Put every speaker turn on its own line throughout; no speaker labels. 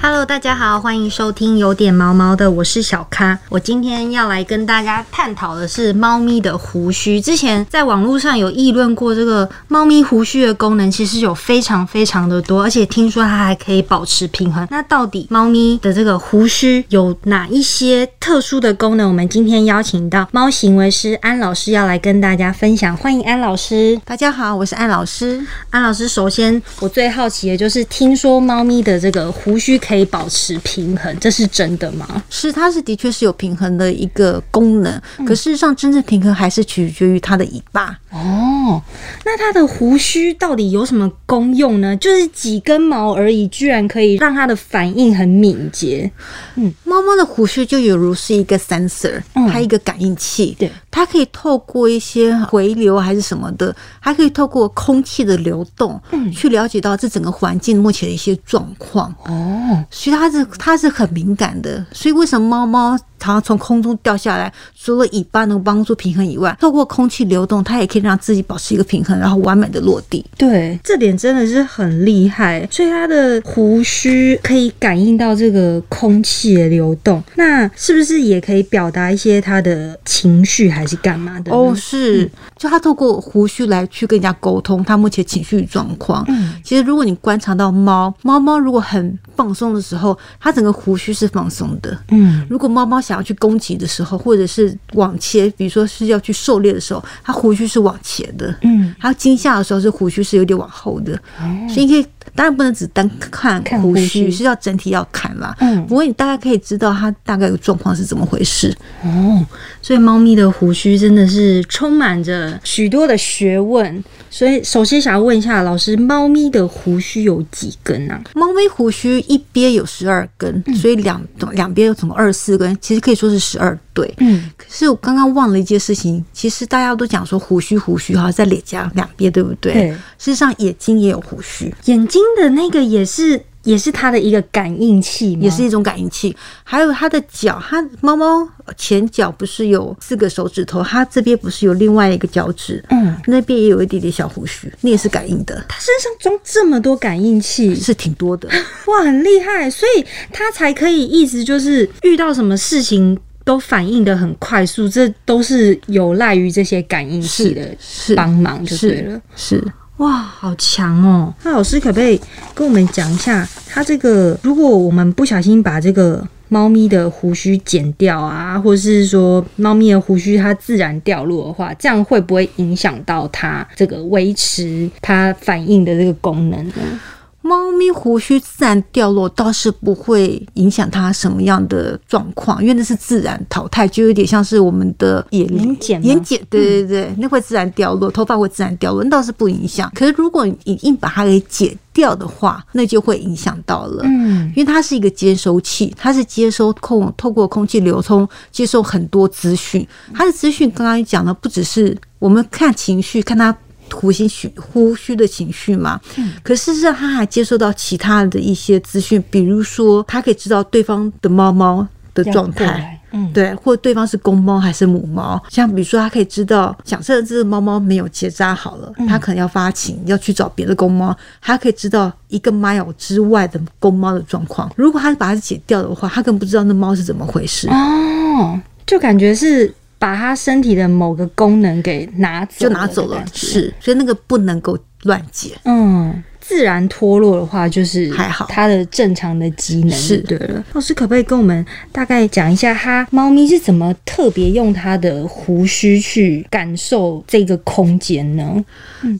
Hello，大家好，欢迎收听有点毛毛的，我是小咖。我今天要来跟大家探讨的是猫咪的胡须。之前在网络上有议论过，这个猫咪胡须的功能其实有非常非常的多，而且听说它还可以保持平衡。那到底猫咪的这个胡须有哪一些特殊的功能？我们今天邀请到猫行为师安老师要来跟大家分享，欢迎安老师。
大家好，我是安老师。
安老师，首先我最好奇的就是，听说猫咪的这个胡须可以保持平衡，这是真的吗？
是，它是的确是有平衡的一个功能，可事实上真正平衡还是取决于它的尾巴。
哦，那它的胡须到底有什么功用呢？就是几根毛而已，居然可以让它的反应很敏捷。
猫猫的胡须就有如是一个 sensor，
嗯
它一个感应器，
对
它可以透过一些回流还是什么的，还可以透过空气的流动，
嗯
去了解到这整个环境目前的一些状况。
哦，
所以它是它是很敏感的，所以为什么猫猫常常从空中掉下来，除了尾巴能帮助平衡以外，透过空气流动，它也可以让自己保持一个平衡，然后完美的落地。
对，这点真的是很厉害。所以它的胡须可以感应到这个空气的流动，那是不是也可以表达一些它的情绪还是干嘛的呢？嗯
哦，是，就它透过胡须来去跟人家沟通它目前情绪状况。
嗯，
其实如果你观察到猫，猫猫如果很放松的时候，它整个胡须是放松的。
嗯，
如果猫猫想要去攻击的时候，或者是往前，比如说是要去狩猎的时候，它胡须是往前的。
嗯，
它惊吓的时候是胡须是有点往后的，所以你可以当然不能只单看
哦看
胡
胡须
须，是要整体要看啦。
嗯
不过你大概可以知道它大概有状况是怎么回事。
哦，所以猫咪的胡须真的是充满着许多的学问。所以，首先想要问一下老师，猫咪的胡须有几根啊？
猫咪胡须一边有十二根，
嗯
所以两两边有总共二十四根，其实可以说是十二对。
嗯，
可是我刚刚忘了一件事情，其实大家都讲说胡须胡须哈，在脸颊两边对不对？
对哦
事实上，眼睛也有胡须，
眼睛的那个也是也是它的一个感应器吗？
也是一种感应器。还有它的脚，它猫猫前脚不是有四个手指头，它这边不是有另外一个脚趾，
嗯，
那边也有一点点小胡须，那也是感应的，
它身上装这么多感应器，
是挺多的。
哇，很厉害，所以它才可以一直就是遇到什么事情都反应的很快速，这都是有赖于这些感应器的
是
帮忙就对了
是。是。
哇，好强哦！那老师可不可以跟我们讲一下，它这个如果我们不小心把这个猫咪的胡须剪掉啊，或是说猫咪的胡须它自然掉落的话，这样会不会影响到它这个维持它反应的这个功能呢？
猫咪胡须自然掉落倒是不会影响它什么样的状况，因为那是自然淘汰，就有点像是我们的眼
眼睑吗嗯
眼睑，对对对，那会自然掉落，头发会自然掉落，那倒是不影响。可是如果你硬把它给剪掉的话，那就会影响到了。
嗯，
因为它是一个接收器，它是接收空透过空气流通接受很多资讯。它的资讯刚刚讲的不只是我们看情绪，看它胡心绪呼吸的情绪嘛，
嗯
可事实上它还接收到其他的一些资讯，比如说它可以知道对方的猫猫的状
这样过
态。
来，嗯，
对，或对方是公猫还是母猫，像比如说，它可以知道，假设这只猫猫没有结扎好了，它可能要发情，要去找别的公猫，它可以知道一个 mile 之外的公猫的状况。如果它把它解掉的话，它根本不知道那猫是怎么回事，
哦，就感觉是把它身体的某个功能给拿走，
就拿走了。，是，所以那个不能够乱解。
嗯，自然脱落的话，就是
还好
它的正常的机能
是
就对了。老师可不可以跟我们大概讲一下，它猫咪是怎么特别用它的胡须去感受这个空间呢？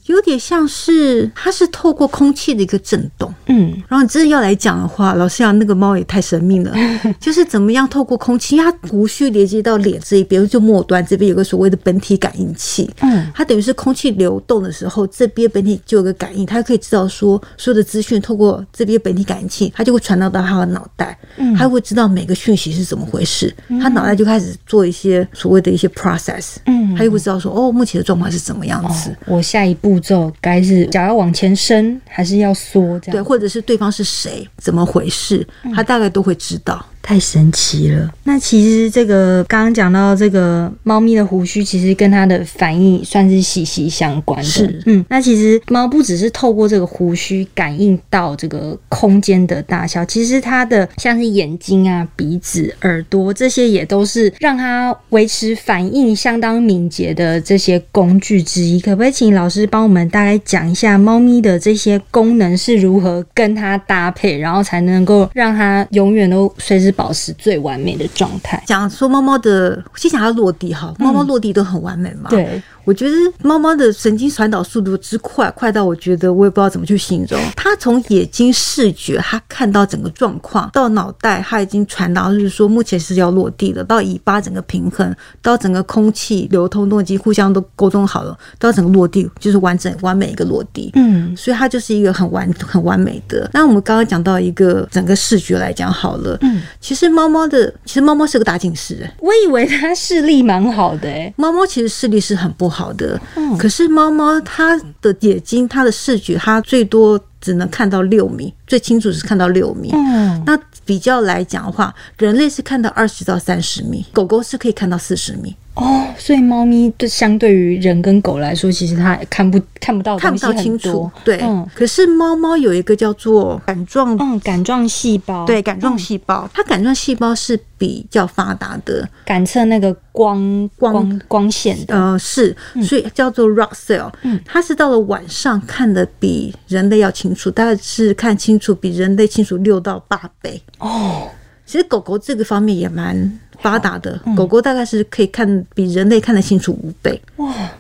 有点像是它是透过空气的一个震动。
嗯，
然后你真的要来讲的话，老实讲，那个猫也太神秘了，就是怎么样透过空气，因为它胡须连接到脸这一边，就末端这边有个所谓的本体感应器，
嗯，
它等于是空气流动的时候，这边本体就有个感应，它可以知道说所有的资讯透过这边本体感应器，它就会传导到它的脑袋，它会知道每个讯息是怎么回事，它脑袋就开始做一些所谓的一些 process，
嗯哦
它就会知道说哦，目前的状况是怎么样子。
我下一步骤该是脚要往前伸，还是要缩？这
对，
样
或者是对方是谁，怎么回事，他大概都会知道。
太神奇了。那其实这个刚刚讲到这个猫咪的胡须，其实跟它的反应算是息息相关的。
是
嗯，那其实猫不只是透过这个胡须感应到这个空间的大小，其实它的像是眼睛啊、鼻子、耳朵这些也都是让它维持反应相当敏捷的这些工具之一。可不可以请老师帮我们大概讲一下猫咪的这些功能是如何跟它搭配，然后才能够让它永远都随时保持最完美的状态？
讲说猫猫的，先讲它落地哈，猫猫落地都很完美嘛。，
对，
我觉得猫猫的神经传导速度之快，快到我觉得我也不知道怎么去形容。它从眼睛视觉，它看到整个状况，到脑袋，它已经传达就是说目前是要落地了，到尾巴整个平衡，到整个空气流通都已经互相都沟通好了，到整个落地就是完整完美一个落地。
嗯，
所以它就是一个很完很完美的。那我们刚刚讲到一个整个视觉来讲好了，嗯，其实猫猫的，其实猫猫是个大近视、欸，
我以为它视力蛮好的、欸，
猫猫其实视力是很不好的，可是猫猫它的眼睛、它的视觉，它最多只能看到六米，最清楚是看到六米。
嗯，
那比较来讲的话，人类是看到二十到三十米，狗狗是可以看到四十米，
哦，所以猫咪对相对于人跟狗来说，其实它看不看不到的
看
东
不
西
到
很
清楚
多。
对，
嗯
可是猫猫有一个叫做感状
嗯，感状细胞
对，感状细胞，它感状细胞是比较发达的，
感测那个光
光
光光线的，
呃，是，所以叫做 rock cell，、它是到了晚上看的比人类要清楚，大概是看清楚比人类清楚六到八倍哦。其实狗狗这个方面也蛮发达的，狗狗大概是可以看比人类看得清楚五倍。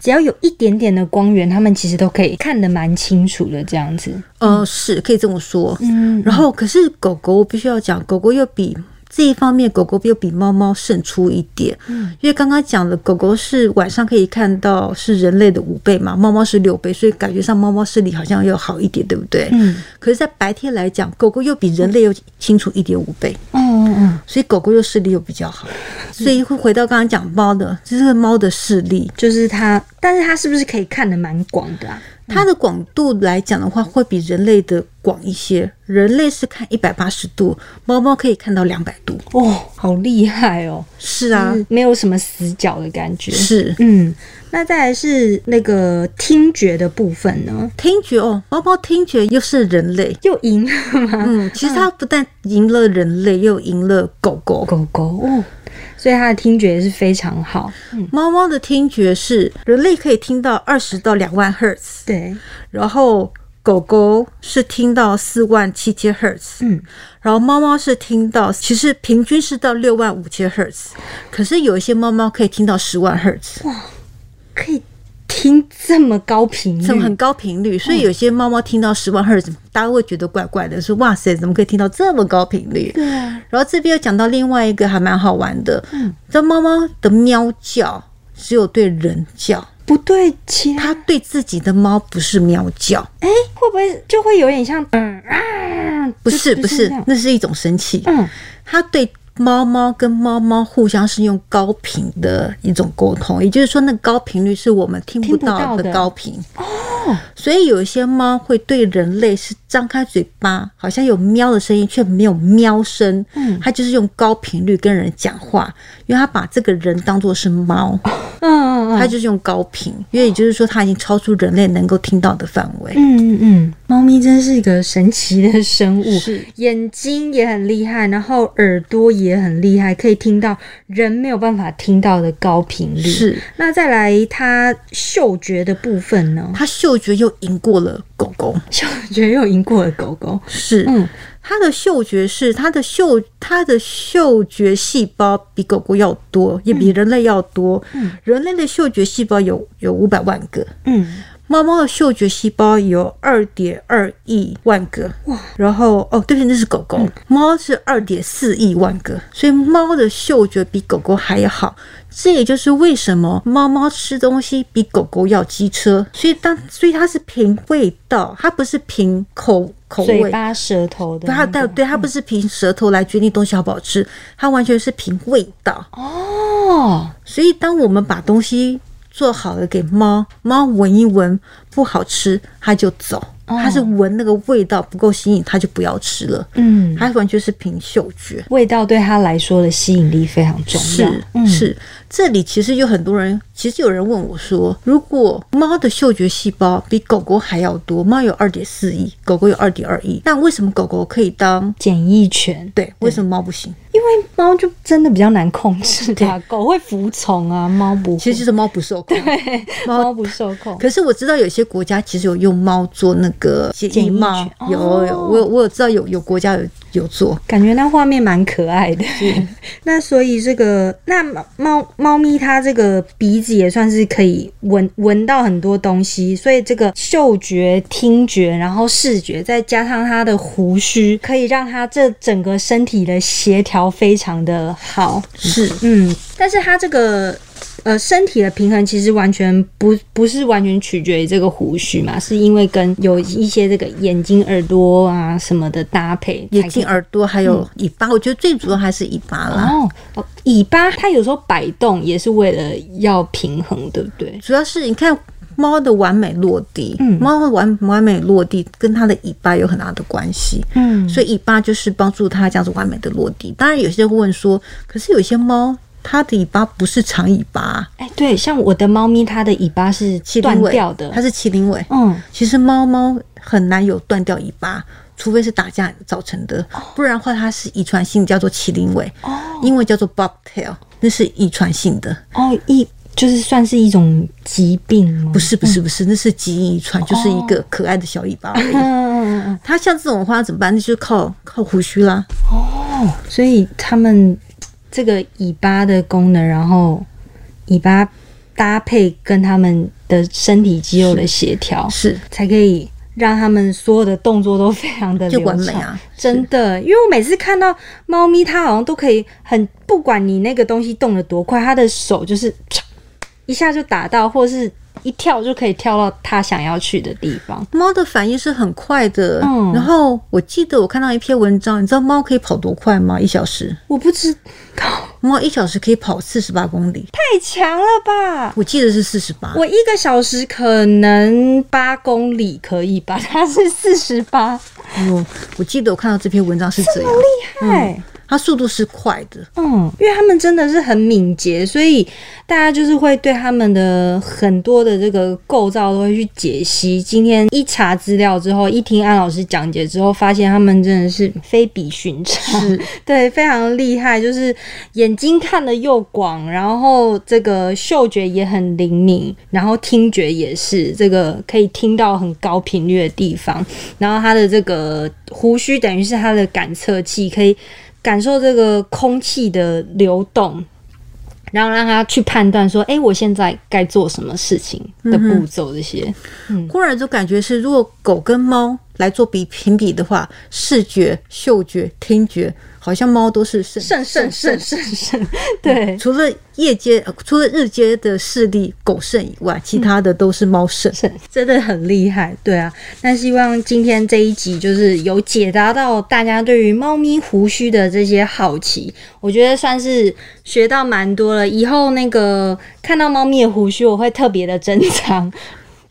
只要有一点点的光源，它们其实都可以看得蛮清楚的这样子。
呃，是可以这么说。
嗯，
然后可是狗狗，我必须要讲，狗狗又比这一方面，狗狗又比猫猫胜出一点。嗯，因为刚刚讲了，狗狗是晚上可以看到是人类的五倍嘛，猫猫是六倍，所以感觉上猫猫视力好像要好一点，对不对？
嗯。
可是，在白天来讲，狗狗又比人类又清楚一点五倍，
嗯嗯嗯，
所以狗狗又视力又比较好。所以会回到刚刚讲猫的，就是猫的视力，
就是它，但是它是不是可以看得蛮广的啊？
它的广度来讲的话，会比人类的广一些。人类是看一百八十度，猫猫可以看到两百度。
哦，好厉害哦！
是啊，
就是没有什么死角的感觉。
是
嗯，那再来是那个听觉的部分呢，
听觉哦，猫猫听觉又是人类。
又赢了吗？
嗯，其实它不但赢了人类，又赢了狗狗。
狗狗哦，所以它的听觉也是非常好。嗯，
猫猫的听觉是人类可以听到二十到两万赫兹，
对，
然后狗狗是听到四万七千赫兹，
嗯，
然后猫猫是听到，其实平均是到六万五千赫兹，可是有一些猫猫可以听到十万赫兹，
可以听这么高频率，
这么很高频
嗯
率，所以有些猫猫听到十万赫兹，大家会觉得怪怪的，说哇塞，怎么可以听到这么高频率？
对啊，
然后这边又讲到另外一个还蛮好玩的，嗯，这猫猫的喵叫只有对人叫，
不对，其他
它对自己的猫不是喵叫，
哎、会不会就会有点像嗯啊？
不是
就
不是
那样，
那是一种生气，
嗯，
它对。猫猫跟猫猫互相是用高频的一种沟通，也就是说，那高频率是我们听不
听不
到
到
的
的
高频哦。所以有一些猫会对人类是张开嘴巴，好像有喵的声音，却没有喵声。嗯，它就是用高频率跟人讲话，因为它把这个人当做是猫。
嗯嗯
它就是用高频，因为也就是说，它已经超出人类能够听到的范围。
嗯嗯嗯，猫咪真是一个神奇的生物
是，
眼睛也很厉害，然后耳朵也很厉害，可以听到人没有办法听到的高频率。，那再来它嗅觉的部分呢？
它嗅觉又赢过了狗狗。
嗅觉又赢过了狗狗。
是，
嗯，
它的嗅觉是它的嗅，它的嗅觉细胞比狗狗要多，也比人类要多。嗯、人类的嗅觉细胞有有五百万个，
嗯，
猫猫的嗅觉细胞有二点二亿万个，哇！然后哦，对不起，那是狗狗，猫是二点四亿万个，所以猫的嗅觉比狗狗还要好。这也就是为什么猫猫吃东西比狗狗要机车，所以当所以它是凭味道，它不是凭口口
嘴
味。
巴、舌头的、
它
那
对嗯
个。
对，它不是凭舌头来决定东西好不好吃，它完全是凭味道。
哦，
所以，当我们把东西做好了给猫，猫闻一闻，不好吃，它就走。它是闻那个味道不够吸引，它就不要吃了。
嗯，
它完全是凭嗅觉。
味道对他来说的吸引力非常重要。嗯
是嗯是，这里其实有很多人，其实有人问我说，如果猫的嗅觉细胞比狗狗还要多，猫有二点四亿，狗狗有二点二亿，那为什么狗狗可以当？
简易犬，
对，为什么猫不行？
因为猫就真的比较难控制它，狗会服从啊，猫不会。
其实就是猫不受控。
猫不受控，
可是我知道有些国家其实有用猫做那个检疫
检疫
猫
犬，
有
哦
有，我有我有知道有有国家有有做，
感觉那画面蛮可爱的。 那所以这个，那猫猫咪它这个鼻子也算是可以闻闻到很多东西，所以这个嗅觉、听觉，然后视觉，再加上它的胡须，可以让它这整个身体的协调非常的好。
是
嗯，但是它这个呃身体的平衡其实完全不不是完全取决于这个胡须嘛，是因为跟有一些这个眼睛、耳朵啊什么的搭配才可以，
眼睛、耳朵还有尾巴，我觉得最主要还是尾巴啦。
哦哦，尾巴它有时候摆动也是为了要平衡，对不对？
主要是你看猫的完美落地，
嗯
猫的完完美落地跟它的尾巴有很大的关系。
嗯
所以尾巴就是帮助它这样子完美的落地。当然，有些人会问说，可是有些猫它的尾巴不是长尾巴，
哎，对，像我的猫咪，它的尾巴是
麒
断
麟尾
掉的，
它是麒麟尾。
嗯，
其实猫猫很难有断掉尾巴，除非是打架造成的，不然的话它是遗传性，叫做麒麟尾，英文叫做 bobtail，那是遗传性的，
哦，一就是算是一种疾病吗？
不是不是不是，那是基因遗传，就是一个可爱的小尾巴而已。
嗯，嗯嗯嗯，
它像这种的话怎么办？那就是靠靠胡须啦。
所以它们这个尾巴的功能，然后尾巴搭配跟它们的身体肌肉的协调，
是，
才可以让他们所有的动作都非常的
就
流
完美
畅
啊
真的，因为我每次看到猫咪，它好像都可以很，不管你那个东西动得多快，它的手就是啪一下就打到，或是一跳就可以跳到它想要去的地方。
猫的反应是很快的。
嗯
然后我记得我看到一篇文章，你知道猫可以跑多快吗？一小时，
我不知道，
猫一小时可以跑四十八公里，
太强了吧！
我记得是四十八。
我一个小时可能八公里可以吧，它是四十八，
我哎我记得我看到这篇文章是这样，
厉害。
它速度是快的。
嗯，因为他们真的是很敏捷，所以大家就是会对他们的很多的这个构造都会去解析。今天一查资料之后，一听安老师讲解之后，发现他们真的是非比寻常， 对，非常厉害，就是眼睛看得又广，然后这个嗅觉也很灵敏，然后听觉也是，这个可以听到很高频率的地方。然后它的这个胡须等于是它的感测器，可以感受这个空气的流动，然后让它去判断说，哎，我现在该做什么事情的步骤这些。
嗯忽然就感觉是，如果狗跟猫来做比评比的话，视觉、嗅觉、听觉，好像猫都是胜
肾肾肾肾肾， 对，
除了夜间、呃除了日间的视力狗胜以外，其他的都是猫胜。
是 真的很厉害，对啊。那希望今天这一集就是有解答到大家对于猫咪胡须的这些好奇，我觉得算是学到蛮多了。以后那个看到猫咪的胡须，我会特别的珍藏。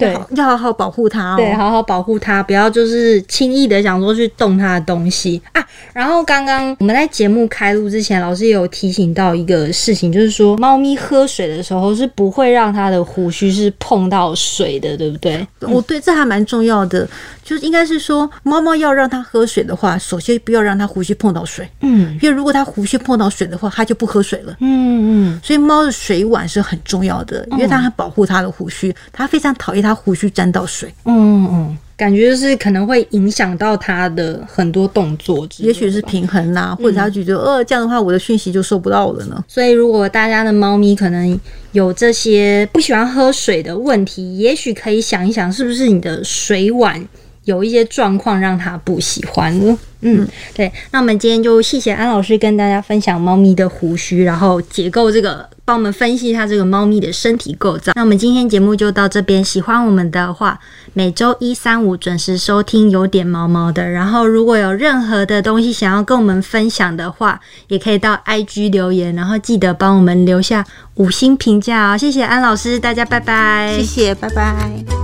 对，
好要好好保护它哦。
对，好好保护它，不要就是轻易的想说去动它的东西啊。然后刚刚我们在节目开录之前，老师也有提醒到一个事情，就是说猫咪喝水的时候是不会让它的胡须是碰到水的，对不对？
我哦对这还蛮重要的，就是应该是说，猫猫要让它喝水的话，首先不要让它胡须碰到水，
嗯
因为如果它胡须碰到水的话，它就不喝水了。
嗯嗯，
所以猫的水碗是很重要的，因为它很保护它的胡须，它非常讨厌它胡须沾到水，
嗯嗯，感觉就是可能会影响到它的很多动作之类
也
的吧，
许是平衡啦、或者它觉得呃这样的话我的讯息就收不到了呢。
所以，如果大家的猫咪可能有这些不喜欢喝水的问题，也许可以想一想，是不是你的水碗有一些状况让它不喜欢了。嗯，对。那我们今天就谢谢安老师跟大家分享猫咪的胡须，然后解构这个，帮我们分析一下这个猫咪的身体构造。那我们今天节目就到这边，喜欢我们的话，每周一、三、五准时收听，有点毛毛的。然后如果有任何的东西想要跟我们分享的话，也可以到 IG 留言，然后记得帮我们留下五星评价哦。谢谢安老师，大家拜拜。
谢，拜拜。